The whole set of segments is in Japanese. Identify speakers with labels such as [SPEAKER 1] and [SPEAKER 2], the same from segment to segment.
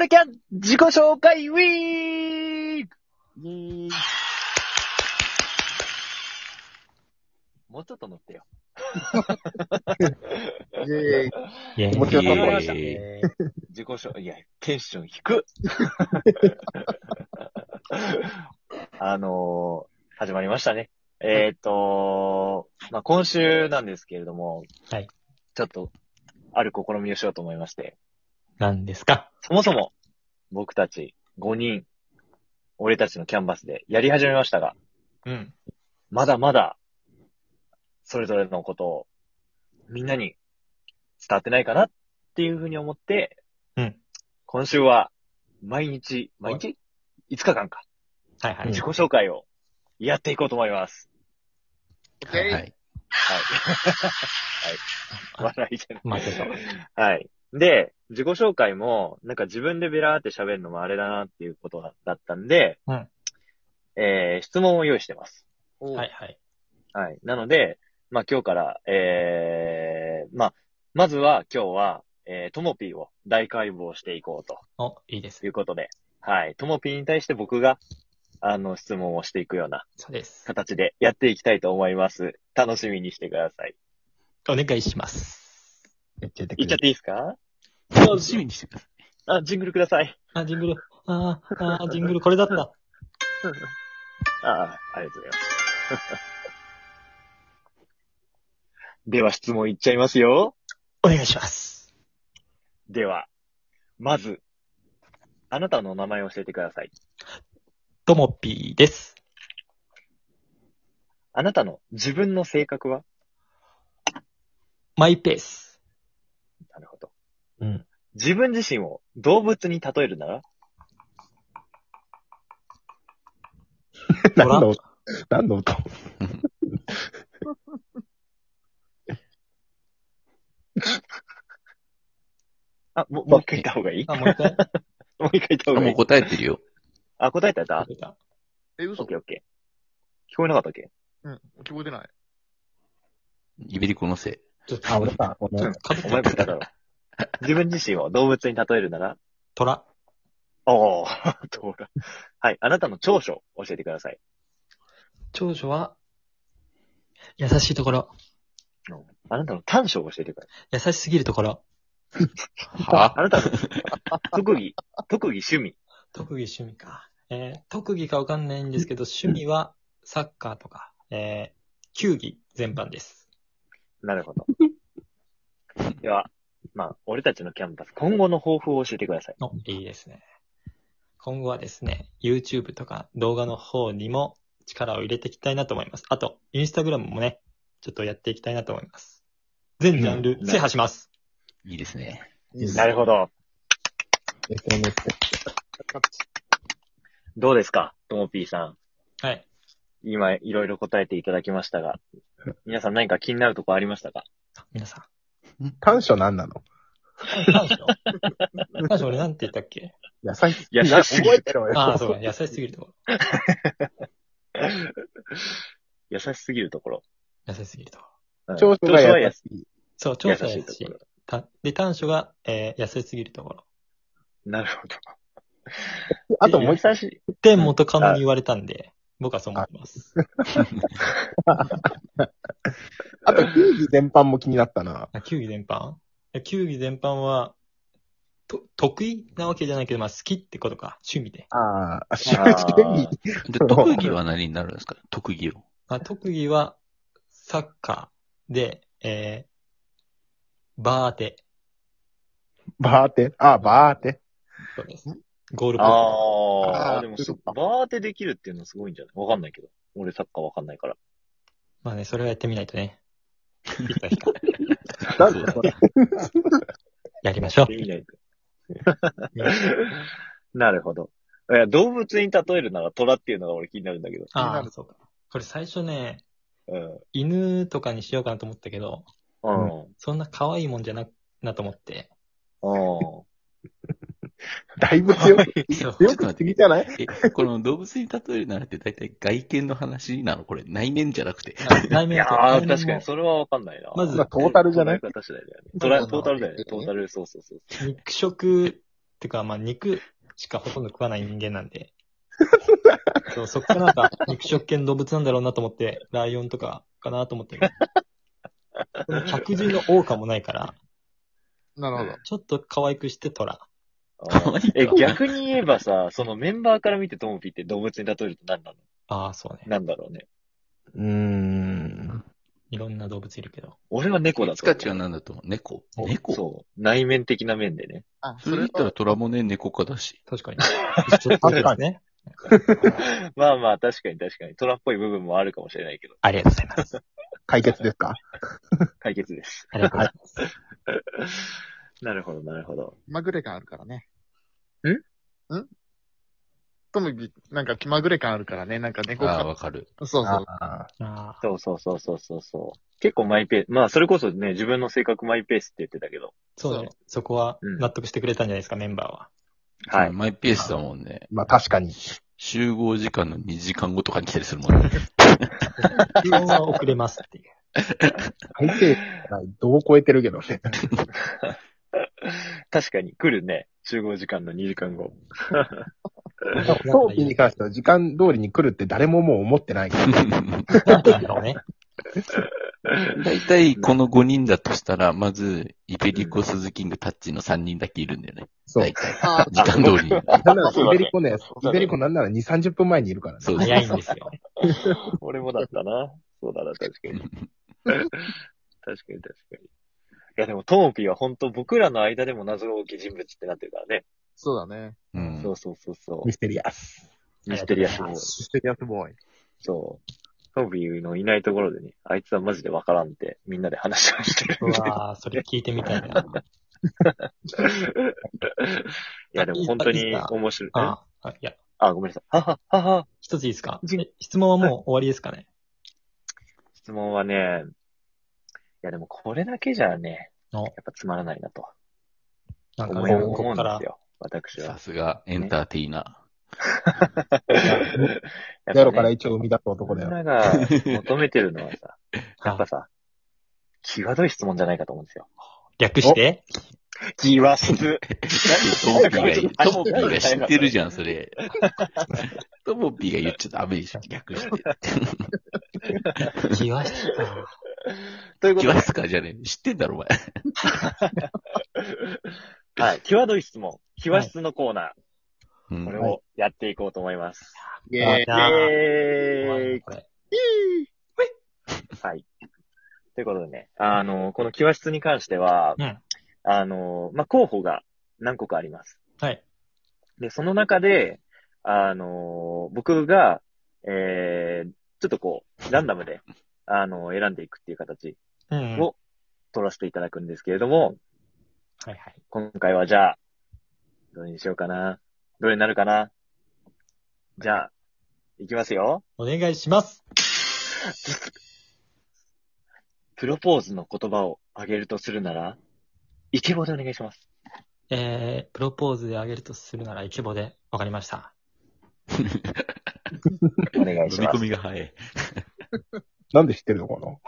[SPEAKER 1] べきゃ自己紹介ウィーク
[SPEAKER 2] イェーイ。
[SPEAKER 1] もうちょっと乗ってよ。
[SPEAKER 3] イェーイ。
[SPEAKER 4] イェーイ。
[SPEAKER 3] 面白かった
[SPEAKER 1] です自己紹介、いや、テンション低っあのー始まりましたね。えっ、とまあ、今週なんですけれども、
[SPEAKER 4] はい。
[SPEAKER 1] ちょっと、ある試みをしようと思いまして、
[SPEAKER 4] 何ですか
[SPEAKER 1] そもそも、僕たち5人、俺たちのキャンバスでやり始めましたが、
[SPEAKER 4] うん。
[SPEAKER 1] まだまだ、それぞれのことを、みんなに伝わってないかなっていうふうに思って、
[SPEAKER 4] うん
[SPEAKER 1] 今週は、毎日、毎日 ?5 日間か、
[SPEAKER 4] はいはい。
[SPEAKER 1] 自己紹介をやっていこうと思います。
[SPEAKER 4] はいはい。
[SPEAKER 1] はい。はい。笑いじゃない。
[SPEAKER 4] まず、
[SPEAKER 1] はい。で、自己紹介も、なんか自分でベラーって喋るのもあれだなっていうことだったんで、
[SPEAKER 4] うん
[SPEAKER 1] えー、質問を用意してます。
[SPEAKER 3] お
[SPEAKER 4] はいはい。
[SPEAKER 1] はい。なので、まあ今日から、えー、まあ、まずは今日は、えー、トモピーを大解剖していこうと
[SPEAKER 4] お、いいです
[SPEAKER 1] い。うことで、はい。トモピーに対して僕が、あの、質問をしていくような
[SPEAKER 4] そうです。
[SPEAKER 1] 形でやっていきたいと思います。楽しみにしてください。
[SPEAKER 4] お願いします。
[SPEAKER 3] 言っちゃって
[SPEAKER 1] いっちゃっていいですか
[SPEAKER 3] 楽しみにしてくださ
[SPEAKER 1] あ、ジングルください。
[SPEAKER 4] あ、ジングル。あーあー、ジングル、これだった。
[SPEAKER 1] ああ、ありがとうございます。 では質問いっちゃいますよ。
[SPEAKER 4] お願いします。
[SPEAKER 1] では、まず、あなたのお名前を教えてください。
[SPEAKER 4] ともぴーです。
[SPEAKER 1] あなたの自分の性格は
[SPEAKER 4] マイペース。
[SPEAKER 1] なるほど。
[SPEAKER 4] うん。
[SPEAKER 1] 自分自身を動物に例えるなら
[SPEAKER 3] い。
[SPEAKER 4] ほら
[SPEAKER 3] 何の音何の音
[SPEAKER 1] あ、もう、もう一回言った方がいい
[SPEAKER 4] あ、もう一回。
[SPEAKER 1] もう一回言った方
[SPEAKER 5] あ
[SPEAKER 1] がい
[SPEAKER 5] も
[SPEAKER 1] いう
[SPEAKER 5] 答えてるよ。
[SPEAKER 1] あ、答えたやった
[SPEAKER 3] え、
[SPEAKER 1] オッ
[SPEAKER 3] 嘘
[SPEAKER 1] ケーオッケー。聞こえなかったっけ
[SPEAKER 3] うん。聞こえてない。
[SPEAKER 5] イベリコのせ
[SPEAKER 4] ちょっと、
[SPEAKER 3] あ、俺か。ごめん。
[SPEAKER 4] かぶっ
[SPEAKER 1] お
[SPEAKER 4] て
[SPEAKER 1] 前
[SPEAKER 4] る
[SPEAKER 1] も言っただろ。自分自身を動物に例えるなら
[SPEAKER 4] 虎。
[SPEAKER 1] おー、 どうだ。はい、あなたの長所を教えてください。
[SPEAKER 4] 長女は、優しいところ。
[SPEAKER 1] あなたの短所を教えてください。
[SPEAKER 4] 優しすぎるところ。
[SPEAKER 5] い。は
[SPEAKER 1] あなたの特技、 特技、趣味。
[SPEAKER 4] 特技趣味か。えー特技かわかんないんですけど、趣味はサッカーとか、えー球技全般です。
[SPEAKER 1] なるほ ど。では、まあ、俺たちのキャンパス、今後の抱負を教えてください。
[SPEAKER 4] お、いいですね。今後はですね、YouTube とか動画の方にも力を入れていきたいなと思います。あと、Instagram もね、ちょっとやっていきたいなと思います。全ジャンル制覇します。
[SPEAKER 5] いいですね。
[SPEAKER 3] いい
[SPEAKER 1] なる
[SPEAKER 3] ど。
[SPEAKER 1] ほど。
[SPEAKER 3] SNS って。
[SPEAKER 1] どうですかともぴーさん。
[SPEAKER 4] はい。
[SPEAKER 1] 今、いろいろ答えていただきま したが、皆さん何か気になるとこありましたか
[SPEAKER 4] 皆さ
[SPEAKER 3] 短所何なの
[SPEAKER 4] ん。短所短所俺なんて言った っけ
[SPEAKER 3] 野菜。い
[SPEAKER 1] や
[SPEAKER 3] 覚
[SPEAKER 1] 優しすぎる
[SPEAKER 3] えてろよ。
[SPEAKER 4] ああ、そうだ、優しすぎるところ。
[SPEAKER 1] 優しすぎるところ。
[SPEAKER 4] 優しすぎるところ。
[SPEAKER 1] うん
[SPEAKER 3] 長所
[SPEAKER 1] 長
[SPEAKER 3] が
[SPEAKER 1] 所は
[SPEAKER 3] 優
[SPEAKER 1] 優
[SPEAKER 3] しい。
[SPEAKER 4] そう、長
[SPEAKER 1] 優し
[SPEAKER 4] 所は優
[SPEAKER 1] い
[SPEAKER 4] し
[SPEAKER 1] と
[SPEAKER 4] い
[SPEAKER 1] ころ。。
[SPEAKER 4] たで、短所が、えー、優しすぎるところ。
[SPEAKER 1] なるほど。
[SPEAKER 3] あともう一
[SPEAKER 1] 優しい。
[SPEAKER 4] で、元カノに言われたんで、僕はそう思ってます。
[SPEAKER 3] あと、球技全般も気になったな。
[SPEAKER 4] あ球技全般え球技全般は、と、得意なわけじゃないけど、まあ好きってことか、趣味で。
[SPEAKER 3] ああ、趣
[SPEAKER 1] あー
[SPEAKER 3] 味。
[SPEAKER 5] で特技は何になるんですか特技を。
[SPEAKER 4] まあ特技は、サッカーで、えー、バーテ
[SPEAKER 3] バーテ。あーバーテ。
[SPEAKER 4] そうです。ゴールポ ス
[SPEAKER 1] あ
[SPEAKER 3] あ
[SPEAKER 1] あ、
[SPEAKER 3] ー
[SPEAKER 1] でも
[SPEAKER 3] そういうことか
[SPEAKER 1] バーでできるっていうのはすごいんじゃないわかんないけど。俺サッカーわかんないから。
[SPEAKER 4] ト。まあね、それはやってみないとね。いつか日か
[SPEAKER 3] なんでそれ
[SPEAKER 4] やりましょう。
[SPEAKER 1] 意味ないなるほど。いや動物に例えるなら虎っていうのが俺気になるんだけど。
[SPEAKER 4] ああ、そうか。これ最初ね、
[SPEAKER 1] うん。
[SPEAKER 4] 犬とかにしようかなと思ったけど、
[SPEAKER 1] うん。
[SPEAKER 4] そんな可愛いもんじゃな、なと思って。
[SPEAKER 1] うん。
[SPEAKER 3] だいぶ強く、
[SPEAKER 4] そう
[SPEAKER 3] 強くすぎじゃない
[SPEAKER 5] え、この動物に例えるならって大体外見の話なのこれ内面じゃなくて。
[SPEAKER 4] あ 内
[SPEAKER 1] い
[SPEAKER 4] 面
[SPEAKER 1] や
[SPEAKER 4] と
[SPEAKER 1] ー、
[SPEAKER 4] 内面も
[SPEAKER 1] 確かに、それはわかんないな。
[SPEAKER 4] まず
[SPEAKER 3] まあトータルじゃない
[SPEAKER 1] トータルだよね。トラトータルだよね。トータル、そうそうそう。
[SPEAKER 4] 肉食っててか、まあ、肉しかほとんど食わない人間なん で。そうそっからなんか、肉食系の動物なんだろうなと思って、ライオンとかかなと思って。でも百獣の王かもないから、
[SPEAKER 2] なるほど。
[SPEAKER 4] ちょっと可愛くしてトラ。
[SPEAKER 5] かわいい
[SPEAKER 1] え、
[SPEAKER 5] か。
[SPEAKER 1] 逆に言えばさ、そのメンバーから見てトモピーって動物に例えると何なの
[SPEAKER 4] ああ、そうね。
[SPEAKER 1] なんだろうね。
[SPEAKER 5] うーん。
[SPEAKER 4] いろんな動物いるけど。
[SPEAKER 1] 俺は猫だと
[SPEAKER 5] ス
[SPEAKER 1] 思う。
[SPEAKER 5] カちゃんなんだと思う猫。
[SPEAKER 1] そう
[SPEAKER 5] 猫
[SPEAKER 1] そう。内面的な面でね。
[SPEAKER 2] あ、
[SPEAKER 5] それ言ったら虎もね、猫科だし。
[SPEAKER 4] 確かに。一緒ってことですね。
[SPEAKER 1] まあまあ、確かに確かに。虎っぽい部分もあるかもしれないけど、
[SPEAKER 4] ありがとうございます。
[SPEAKER 3] 解決ですか
[SPEAKER 1] 解決です。
[SPEAKER 4] ありがとうございます。
[SPEAKER 1] なるほど、なるほど。
[SPEAKER 2] 気まぐれ感あるからね。
[SPEAKER 1] ん
[SPEAKER 2] んともび、なんか気まぐれ感あるからね。なんか
[SPEAKER 5] あ
[SPEAKER 2] 猫
[SPEAKER 5] あー、
[SPEAKER 2] か。
[SPEAKER 5] わかる。
[SPEAKER 2] そうそう。
[SPEAKER 3] あ
[SPEAKER 4] ああ、
[SPEAKER 1] そうそうそうそうそうそう。結構マイペース。まあ、それこそね、自分の性格マイペースって言ってたけど。
[SPEAKER 4] そうだね。そこは納得してくれたんじゃないですか、メンバーは。
[SPEAKER 1] はい。
[SPEAKER 5] マイペースだもんね。
[SPEAKER 3] ーまあ確かに。
[SPEAKER 5] 集合時間の2時間後とかに来たりするもんね。
[SPEAKER 4] 基本は遅れます っていう。
[SPEAKER 3] 相手、どう超えてるけどね。
[SPEAKER 1] 確かに来るね。集合時間の2時間後。
[SPEAKER 3] トーピーに関しては時間通りに来るって誰ももう思ってないから。
[SPEAKER 4] なんて言うんだろうね。
[SPEAKER 5] 大体この5人だとしたら、まず、イペリコ、スズキング、タッチの3人だけいるんだよね。
[SPEAKER 3] そう
[SPEAKER 5] 大。体。
[SPEAKER 2] あ
[SPEAKER 5] 時間通りに。
[SPEAKER 3] なんならイベリコね、
[SPEAKER 1] そうだね
[SPEAKER 3] イベリコなんなら2、30分前にいるからね。
[SPEAKER 5] そう
[SPEAKER 4] 早
[SPEAKER 5] で
[SPEAKER 4] いんですよ。
[SPEAKER 1] 俺もだったな。 そうだな、確かに。確かに確かに。いやでも、トモピーは本当僕らの間でも謎が大きい人物ってなってるからね。
[SPEAKER 2] そうだね。
[SPEAKER 5] うん
[SPEAKER 1] そうそうそうそ
[SPEAKER 3] ミステリアス。
[SPEAKER 1] う。ミステリアスボーイ。
[SPEAKER 2] ステリアスボーイ。
[SPEAKER 1] そう。トモピーのいないところでね、あいつはマジでわからんってみんなで話しましてる
[SPEAKER 4] う。わあ、それ聞いてみたいな。
[SPEAKER 1] いやでも本当に面白い。あ
[SPEAKER 4] ああ、いや、
[SPEAKER 1] あ、ごめんなさい。はは、はは。
[SPEAKER 4] 一ついいですか
[SPEAKER 1] じ
[SPEAKER 4] え質問はもう終わりですかね
[SPEAKER 1] 質問はね、いやでもこれだけじゃね、や
[SPEAKER 4] お
[SPEAKER 1] っぱつまらないなと。
[SPEAKER 4] なんか
[SPEAKER 1] 思
[SPEAKER 4] ね、
[SPEAKER 1] い
[SPEAKER 4] こ
[SPEAKER 1] 思う
[SPEAKER 4] こ
[SPEAKER 1] ん
[SPEAKER 4] か
[SPEAKER 1] で
[SPEAKER 4] ら
[SPEAKER 1] す。よ。私は
[SPEAKER 5] さ。すが、エンターテイナ
[SPEAKER 1] やっぱね
[SPEAKER 3] ゼロから一を生み出す男だ
[SPEAKER 1] みん
[SPEAKER 3] よ。
[SPEAKER 1] なが求めてるのはさ、やっ
[SPEAKER 4] は
[SPEAKER 1] ぱ
[SPEAKER 4] い
[SPEAKER 1] さ、際どい質問じゃないかと思うんですよ。
[SPEAKER 4] 略して
[SPEAKER 1] 際質。
[SPEAKER 5] ー。トモピーが、トモピーが知ってるじゃん、それ。トモピーが言っちゃダメでしょ、逆して。
[SPEAKER 4] 気はしてた。
[SPEAKER 1] というこ
[SPEAKER 5] 気
[SPEAKER 1] と
[SPEAKER 5] はすかじゃねえ。知ってんだろ、お前。
[SPEAKER 1] で、はい、際どい質問、際質のコーナー、
[SPEAKER 5] う
[SPEAKER 1] これ
[SPEAKER 5] ん
[SPEAKER 1] をやっていこうと思います。
[SPEAKER 2] イ
[SPEAKER 4] 終わっ
[SPEAKER 2] ェーイ。
[SPEAKER 4] た終わる
[SPEAKER 1] え
[SPEAKER 4] なこれ
[SPEAKER 1] ー、はい。ということでね、あの、この際質に関しては、
[SPEAKER 4] うん
[SPEAKER 1] あの、まあ、候補が何個かあります。
[SPEAKER 4] はい。
[SPEAKER 1] で、その中で、あのー僕が、えー、ちょっとこう、ランダムで、あのー選んでいくっていう形
[SPEAKER 4] うん。
[SPEAKER 1] を取らせていただくんですけれども、
[SPEAKER 4] はいはい。
[SPEAKER 1] 今回はじゃあ、どれにしようかな。どれになるかな。じゃあ、いきますよ。
[SPEAKER 4] お願いします。
[SPEAKER 1] プロポーズの言葉をあげるとするなら、イケボでお願いします。
[SPEAKER 4] えー、プロポーズであげるとするならイケボで。わかりました。
[SPEAKER 1] お願い
[SPEAKER 5] 飲
[SPEAKER 1] し
[SPEAKER 5] み
[SPEAKER 1] ま
[SPEAKER 5] 込
[SPEAKER 1] す。
[SPEAKER 5] みが早い。
[SPEAKER 3] なんで知ってるのかな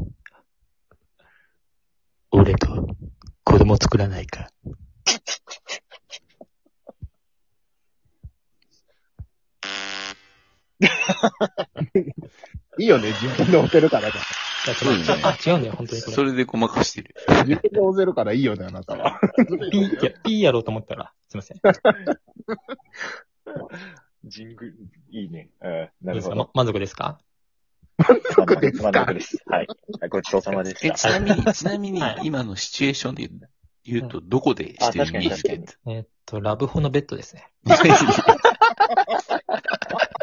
[SPEAKER 4] 俺と子供作らないか。
[SPEAKER 3] いいよね、自分で押せるからね。
[SPEAKER 5] そうですね
[SPEAKER 4] 違うんだよ、本当にこ
[SPEAKER 5] それでごまかしてる。
[SPEAKER 3] 自分で押せるからいいよね、あなたは。
[SPEAKER 4] れ。ピー、いや、ピーやろうと思ったら、すいません。
[SPEAKER 1] ジング、いいね。うん、
[SPEAKER 4] い
[SPEAKER 1] ない
[SPEAKER 4] で
[SPEAKER 1] る
[SPEAKER 4] す
[SPEAKER 1] ほ
[SPEAKER 4] か
[SPEAKER 1] ど。
[SPEAKER 4] ま満足ですか
[SPEAKER 1] 満
[SPEAKER 3] 足ですか
[SPEAKER 1] 満足です。はい。ごちそうさまでし
[SPEAKER 5] え、
[SPEAKER 1] た。
[SPEAKER 5] ちなみに、ちなみに
[SPEAKER 4] はい、
[SPEAKER 5] 今のシチュエーションで言うと、どこでしてるんですけど。
[SPEAKER 4] えーっと、ラブホのベッドですね。
[SPEAKER 3] プ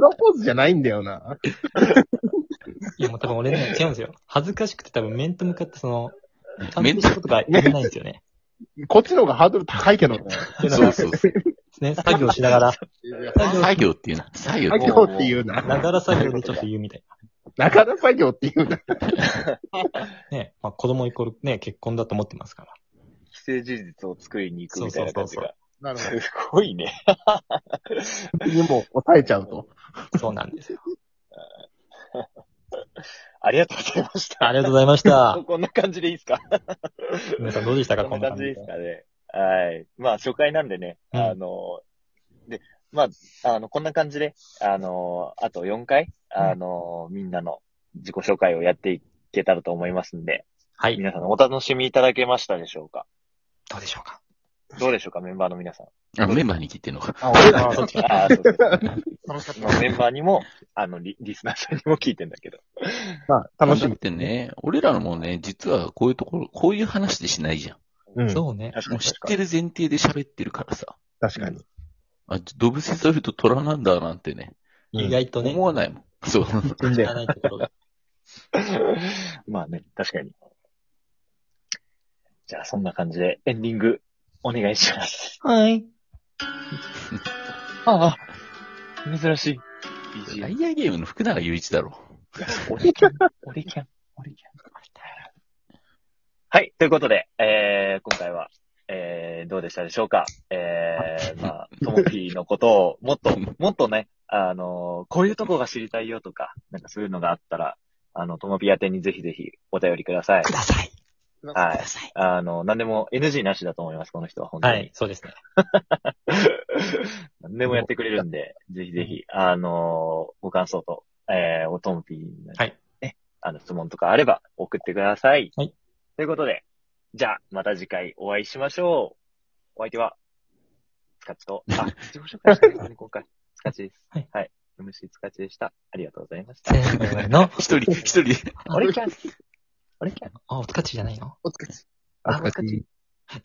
[SPEAKER 3] ロポーズじゃないんだよな。
[SPEAKER 4] いや、もう多分俺ね、違うんですよ。恥ずかしくて多分面と向かってその、ちゃん
[SPEAKER 5] 面
[SPEAKER 4] と
[SPEAKER 5] と
[SPEAKER 4] したことが言えないんですよね。
[SPEAKER 3] こっちの方がハードル高いけどね。
[SPEAKER 4] でなん
[SPEAKER 5] そう
[SPEAKER 4] か
[SPEAKER 5] そうそう。
[SPEAKER 4] ね、作業しながら、
[SPEAKER 5] 作業っていうな。作業っ
[SPEAKER 3] 作
[SPEAKER 5] て。
[SPEAKER 3] 業っていうな。
[SPEAKER 4] ながら作業でちょっと言うみたい
[SPEAKER 3] なかなか作業っていうな。
[SPEAKER 4] な。ね、まあ子供イコールね、結婚だと思ってますから。
[SPEAKER 1] 既成事実を作りに行くみたいな感じが。
[SPEAKER 2] なるほ
[SPEAKER 1] すごいね。
[SPEAKER 3] にもう抑えちゃうと。
[SPEAKER 4] そうなんですよ。
[SPEAKER 1] ありがとうございました。
[SPEAKER 4] ありがとうございました
[SPEAKER 1] こ。こんな感じでいいですか
[SPEAKER 4] 皆さんどうでしたか、
[SPEAKER 1] こ
[SPEAKER 4] こ
[SPEAKER 1] ん
[SPEAKER 4] ん
[SPEAKER 1] な
[SPEAKER 4] な
[SPEAKER 1] 感
[SPEAKER 4] 感
[SPEAKER 1] じで
[SPEAKER 4] じです
[SPEAKER 1] かね。はい。まあ、初回なんでね、
[SPEAKER 4] うん
[SPEAKER 1] あの、で、まあ、あの、こんな感じで、あの、あと4回、あの、みんなの自己紹介をやっていけたらと思いますんで、
[SPEAKER 4] はい。
[SPEAKER 1] 皆さんお楽しみいただけましたでしょうか
[SPEAKER 4] どうでしょうか。
[SPEAKER 1] どうでしょうか、メンバーの皆さん。
[SPEAKER 5] あ、メンバーに聞いてんのか。
[SPEAKER 2] あ、俺ら、
[SPEAKER 4] そ
[SPEAKER 2] 楽
[SPEAKER 4] っ
[SPEAKER 2] し
[SPEAKER 4] ちか
[SPEAKER 1] ああ、そうですね。
[SPEAKER 2] かった。
[SPEAKER 1] まあメンバーにも、あのリ、リスナーさんにも聞いてんだけど。
[SPEAKER 3] まあ、楽し
[SPEAKER 5] だ
[SPEAKER 3] み
[SPEAKER 5] っ。てね、俺らもね、実はこういうところ、こういう話でしないじゃん。
[SPEAKER 3] うん。
[SPEAKER 4] そうね。
[SPEAKER 1] 確
[SPEAKER 5] もう知ってる前提で喋ってるからさ。
[SPEAKER 3] 確かに。
[SPEAKER 5] あ、動物性サフト虎なんだなんてね、
[SPEAKER 3] うん
[SPEAKER 4] 意外とね、
[SPEAKER 5] 思わないもん。 そう。
[SPEAKER 4] 知らないところが。
[SPEAKER 1] まあね、確かに。じゃあ、そんな感じでエンディングお願いします。
[SPEAKER 4] はい。
[SPEAKER 1] ああ、珍しい。
[SPEAKER 5] ライアーゲームの福永雄一だろ。
[SPEAKER 1] 俺キャン、俺キャン、俺キャン。はい、ということで、えー、今回は、えー、どうでしたでしょうかえー、まあ、ともぴーのことを、もっと、もっとね、あのーこういうとこが知りたいよとか、なんかそういうのがあったら、あの、ともぴー宛てにぜひぜひお便りください
[SPEAKER 4] く。ださい。
[SPEAKER 1] は
[SPEAKER 4] く
[SPEAKER 1] い
[SPEAKER 4] だ。さい。
[SPEAKER 1] あの、何でも NG なしだと思います、この人は、本当に。
[SPEAKER 4] はい、そうですね。
[SPEAKER 1] 何でもやってくれるんで、ぜひぜひ、あのご感想と、えー、おとんぴーに、
[SPEAKER 4] はい
[SPEAKER 1] ね、あの、質問とかあれば送ってください。
[SPEAKER 4] はい。
[SPEAKER 1] ということで、じゃあ、また次回お会いしましょう。お相手は、つかち と、あ、自己紹介してないね、今回。つかちです。
[SPEAKER 4] はい。
[SPEAKER 1] はい。MC つかちでした。ありがとうございました
[SPEAKER 4] せ。ーの。
[SPEAKER 5] 一人、一人で。
[SPEAKER 1] 俺キャン俺キャン
[SPEAKER 4] あ、おつかちじゃないの
[SPEAKER 2] お疲れ様。
[SPEAKER 3] あ、お疲れ様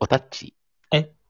[SPEAKER 5] おタッチ。
[SPEAKER 4] え